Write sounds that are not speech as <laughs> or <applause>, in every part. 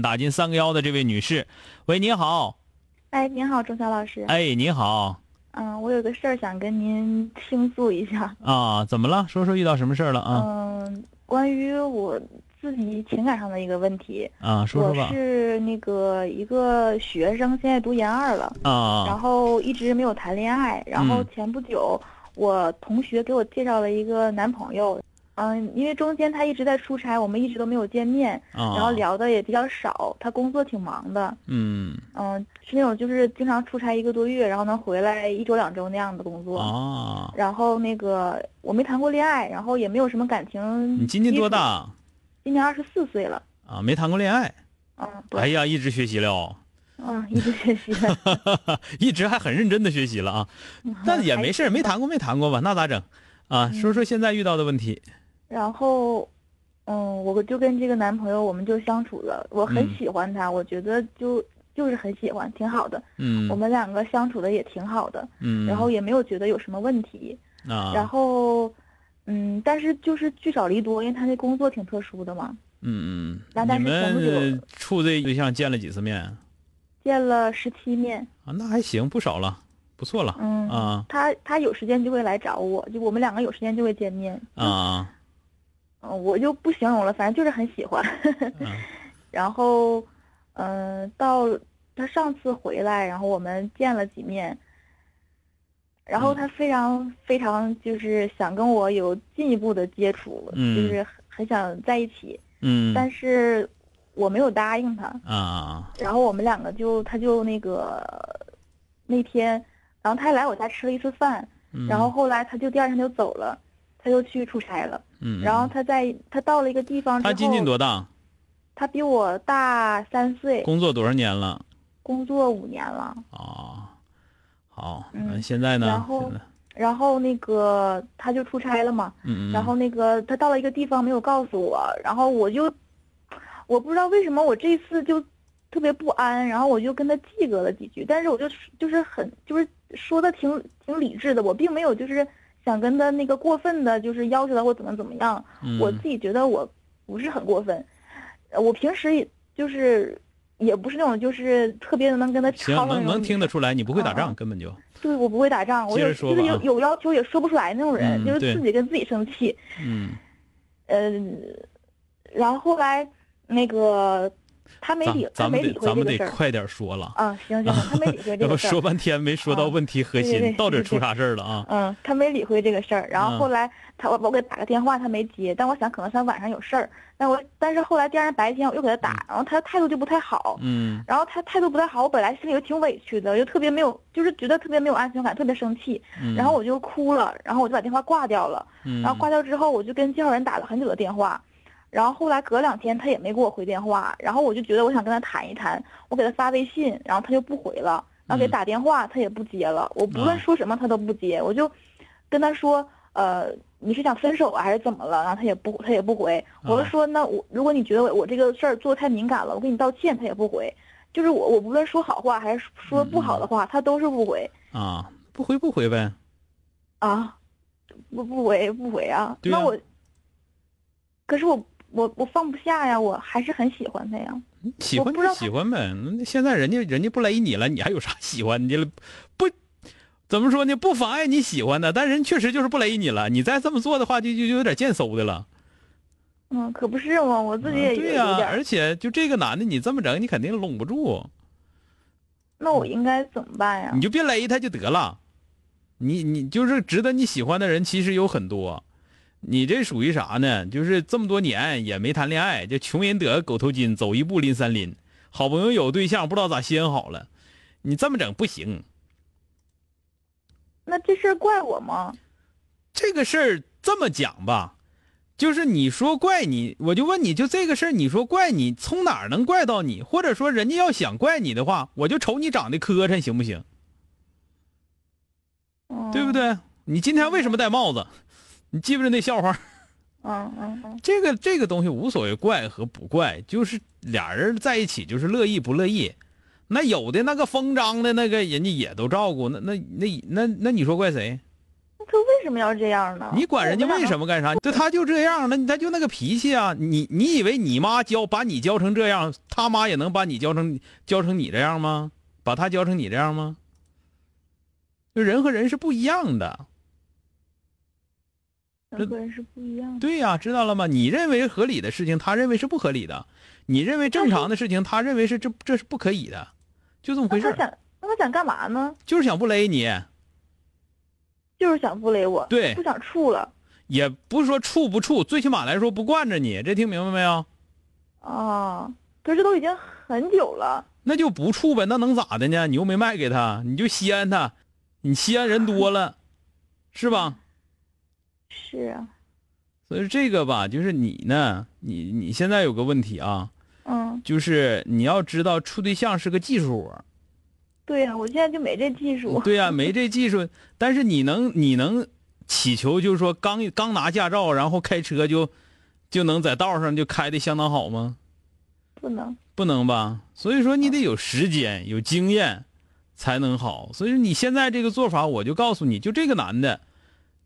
打进三个幺的这位女士，喂，你好，哎，您好，钟晓老师。哎，你好嗯，我有个事儿想跟您倾诉一下。啊，怎么了？说说遇到什么事儿了啊？嗯，关于我自己情感上的一个问题。啊，说说吧嗯我。是那个一个学生，现在读研二了，然啊后一直没有谈恋爱。然后嗯前不久，我同学给我介绍了一个男朋友。嗯，因为中间他一直在出差，我们一直都没有见面，啊，然后聊的也比较少。他工作挺忙的。嗯嗯，是那种就是经常出差一个多月，然后能回来一周两周那样的工作。啊，然后那个我没谈过恋爱，然后也没有什么感情。你今年多？大今年二十四岁了。啊？没谈过恋爱？嗯，对，哎呀，一直学习了。嗯，一直学习。一直还很认真的学习了 <laughs> 啊， <laughs> 但也没事儿，没谈过没谈过吧，那咋整？啊，嗯说说现在遇到的问题，然后，嗯，我就跟这个男朋友我们就相处了，我很嗯喜欢他，我觉得就就是很喜欢，挺好的。嗯，我们两个相处的也挺好的，嗯，然后也没有觉得有什么问题。啊，然后，嗯，但是就是聚少离多，因为他那工作挺特殊的嘛。嗯嗯，那你但是前不久们呃处这对象见了几次面啊？见了十七面，那还行，不少了，不错了嗯，啊他他有时间就会来找我，就我们两个有时间就会见面，啊嗯，我就不形容了，反正就是很喜欢。嗯 <laughs> 然后，嗯、到他上次回来，然后我们见了几面，然嗯后他非常非常就是想跟我有进一步的接触，嗯就是很很想在一起，嗯但是我没有答应他，啊然后我们两个就他就那个那天，然后他还来我家吃了一次饭。嗯，然后后来他就第二天就走了，他就去出差了。嗯，然后他在他到了一个地方之后，他今年多大？他比我大三岁，工作多少年了？工作五年了。啊，好，嗯那现在哦呢？然后现在然后那个他就出差了嘛，嗯嗯，然后那个他到了一个地方没有告诉我，然后我就我不知道为什么我这次就特别不安，然后我就跟他记个了几句，但是我就就是很就是说的挺挺理智的，我并没有就是想跟他那个过分的就是要求他或怎么怎么样，嗯我自己觉得我不是很过分，呃我平时也就是也不是那种就是特别能跟他行，吵的那能种能听得出来，你不会打啊仗，根本就对我不会打仗，我接着有说就吧是啊有有要求也说不出来那种人，嗯就是对自己跟自己生气，嗯。嗯，然后后来那个他没咱理他咱们没得理会咱这们个得事儿快点说了，啊，行行，他没理会 <laughs> 这要不个事儿说，半天没说到啊问题核对对心，对到底对出对啥事儿了啊？嗯，他没理会这个事儿，然嗯后后来他我我给他打个电话，他没接，但我想可能他晚上有事儿，但我但是后来第二天白天我又给他打，然后他态度就不太好，嗯然后他态度不太好，我本来心里就挺委屈的，就特别没有，就是觉得特别没有安全感，特别生气，嗯，然后我就哭了，然后我就把电话挂掉了。嗯，然后挂掉之后，我就跟介绍人打了很久的电话，然后后来隔两天他也没给我回电话，然后我就觉得我想跟他谈一谈，我给他发微信，然后他就不回了，然后给嗯他打电话他也不接了，我不啊论说什么他都不接，我就跟他说，呃，你是想分手啊还是怎么了？然后他也不他也不回，我就啊说那我如果你觉得我我这个事儿做得太敏感了，我给你道歉，他也不回。就是我，我无论说好话还是说嗯不好的话，他都是不回啊，不回不回呗，啊，不不回不回啊。对啊那我，可是我我我放不下呀，我还是很喜欢他呀。喜我欢不就知道喜欢呗。那现在人家人家不勒你了，你还有啥喜欢？你这不怎么说呢？不妨碍你喜欢的，但人确实就是不勒你了。你再这么做的话，就就就有点贱嗖的了。嗯，可不是嘛，我自己也有啊对有点儿。而且就这个男的，你这么整，你肯定拢不住，那我应该怎么办呀你？就别勒他就得了。你你就是值得你喜欢的人，其实有很多。你这属于啥呢？就是这么多年也没谈恋爱，这穷人得狗头金，走一步拎三拎。好不容易有对象，不知道咋先好了，你这么整不行。那这事儿怪我吗？这个事儿这么讲吧，就是你说怪你，我就问你就这个事儿，你说怪你，从哪儿能怪到你？或者说人家要想怪你的话，我就瞅你长得磕碜，行不行？嗯，对不？对？你今天为什么戴帽子？你记不记得那笑话？嗯嗯嗯，这个这个东西无所谓怪和不怪，就是俩人在一起就是乐意不乐意。那有的那个风张的那个人家也都照顾，那那那那那你说怪谁？那他为什么要这样呢？你管人家为么？什么干啥？就他就这样，那他就那个脾气啊！你你以为你妈教把你教成这样，他妈也能把你教成教成你这样吗？把他教成你这样吗？就人和人是不一样的。两个人是不一样的。对呀、知道了吗？你认为合理的事情，他认为是不合理的；你认为正常的事情，他认为是这这是不可以的，就这么回那事他儿。想，那他想干嘛呢？就是想不勒你，就是想不勒我，对不想处了。也不是说处不处，最起码来说不惯着你，这听明白没有？啊，可是都已经很久了。那就不处呗，那能咋的呢？你又没卖给他，你就稀罕他，你稀罕人多了，是吧？是啊，所以这个吧，就是你呢，你你现在有个问题啊，嗯，就是你要知道处对象是个技术活儿，对呀、我现在就没这技术。嗯对呀、没这技术，但是你能你能祈求，就是说刚刚拿驾照，然后开车就就能在道上就开的相当好吗？ <laughs> 不能。不能吧？所以说你得有时间、有经验，才能好。所以说你现在这个做法，我就告诉你，就这个男的，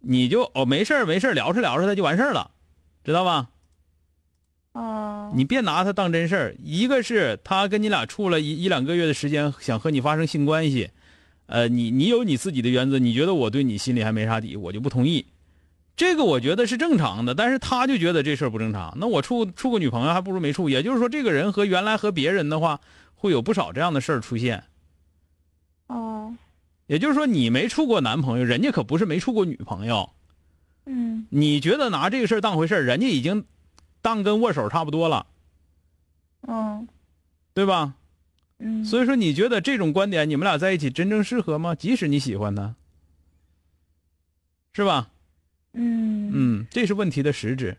你就哦没事儿没事儿聊着聊着他就完事儿了，知道吧？嗯，你别拿他当真事儿。一个是他跟你俩处了一一两个月的时间，想和你发生性关系，呃，你你有你自己的原则，你觉得我对你心里还没啥底，我就不同意。这个我觉得是正常的，但是他就觉得这事儿不正常。那我处处个女朋友还不如没处，也就是说，这个人和原来和别人的话，会有不少这样的事儿出现。哦，也就是说，你没处过男朋友，人家可不是没处过女朋友。嗯，你觉得拿这个事儿当回事儿，人家已经当跟握手差不多了，嗯，对吧？嗯，所以说，你觉得这种观点，你们俩在一起真正适合吗？即使你喜欢他，是吧？嗯，嗯，这是问题的实质。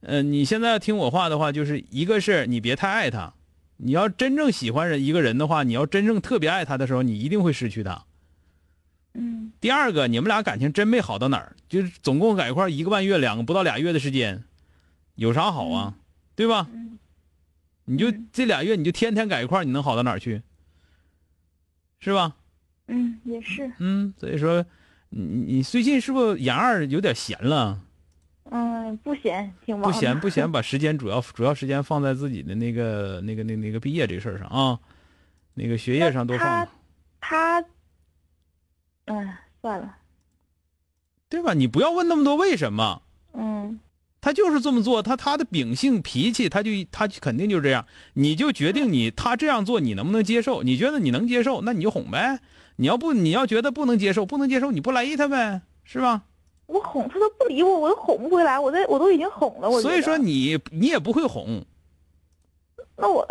呃，你现在要听我话的话，就是一个是你别太爱他，你要真正喜欢人一个人的话，你要真正特别爱他的时候，你一定会失去他。嗯，第二个，你们俩感情真没好到哪儿，就是总共在一块儿一个半月、两个不到俩月的时间，有啥好啊？对吧？嗯，你就嗯这俩月，你就天天在一块儿，你能好到哪儿去？是吧？嗯，也是，嗯，所以说，你你你最近是不是眼二有点闲了？嗯，不闲，挺忙不的。闲 <laughs> 不闲，把时间主要主要时间放在自己的那个那个那那个毕业这事儿上啊，那个学业上多放他放，他，嗯，算了，对吧？你不要问那么多为什么，嗯，他就是这么做，他他的秉性脾气，他就他就肯定就这样，你就决定你他这样做你能不能接受？你觉得你能接受，那你就哄呗。你要不你要觉得不能接受，不能接受你不来意他呗，是吧？我哄他都不理我，我都哄不回来，我都我都已经哄了，我所以觉得说你你也不会哄，那我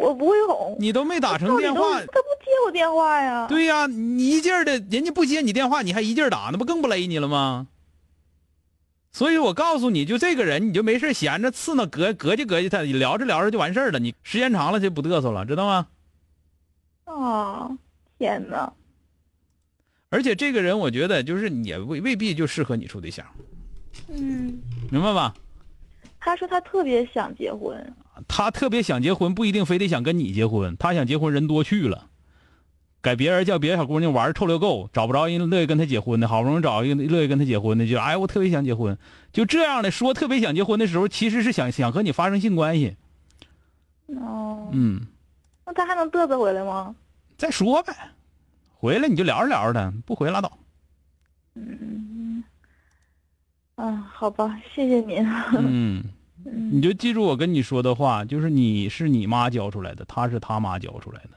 我不会哄，你都没打到成底电都话是，他不接我电话呀。 <laughs> 对呀、你一劲儿的，人家不接你电话，你还一劲儿打，那不更不勒你了吗？所以我告诉你，就这个人，你就没事闲着刺挠隔隔叽隔叽他，你聊着聊着就完事儿了。你时间长了就不嘚瑟了，知道吗？啊，天哪！而且这个人，我觉得就是也未未必就适合你处对象，嗯，明白吧？他说他特别想结婚，他特别想结婚，不一定非得想跟你结婚。他想结婚人多去了，改别人叫别的小姑娘玩儿臭遛够，找不着人乐意跟他结婚的，好不容易找一个乐意跟他结婚的，就哎我特别想结婚，就这样的说特别想结婚的时候，其实是想想和你发生性关系。哦，嗯，那他还能嘚瑟回来吗？再说呗，回来你就聊着聊着的，不回拉倒。嗯，啊，好吧，谢谢您。嗯，你就记住我跟你说的话，就是你是你妈教出来的，她是她妈教出来的。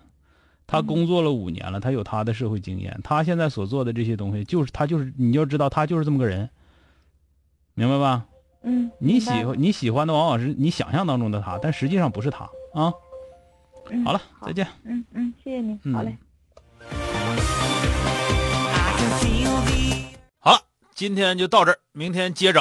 她工作了五年了，她有她的社会经验，她现在所做的这些东西，就是她就是你要知道，她就是这么个人，明白吧？嗯，你明喜白了欢你喜欢的往往是你想象当中的她，但实际上不是她啊。嗯好了，好再见。嗯嗯，谢谢您，嗯好嘞。好了，今天就到这儿，明天接着。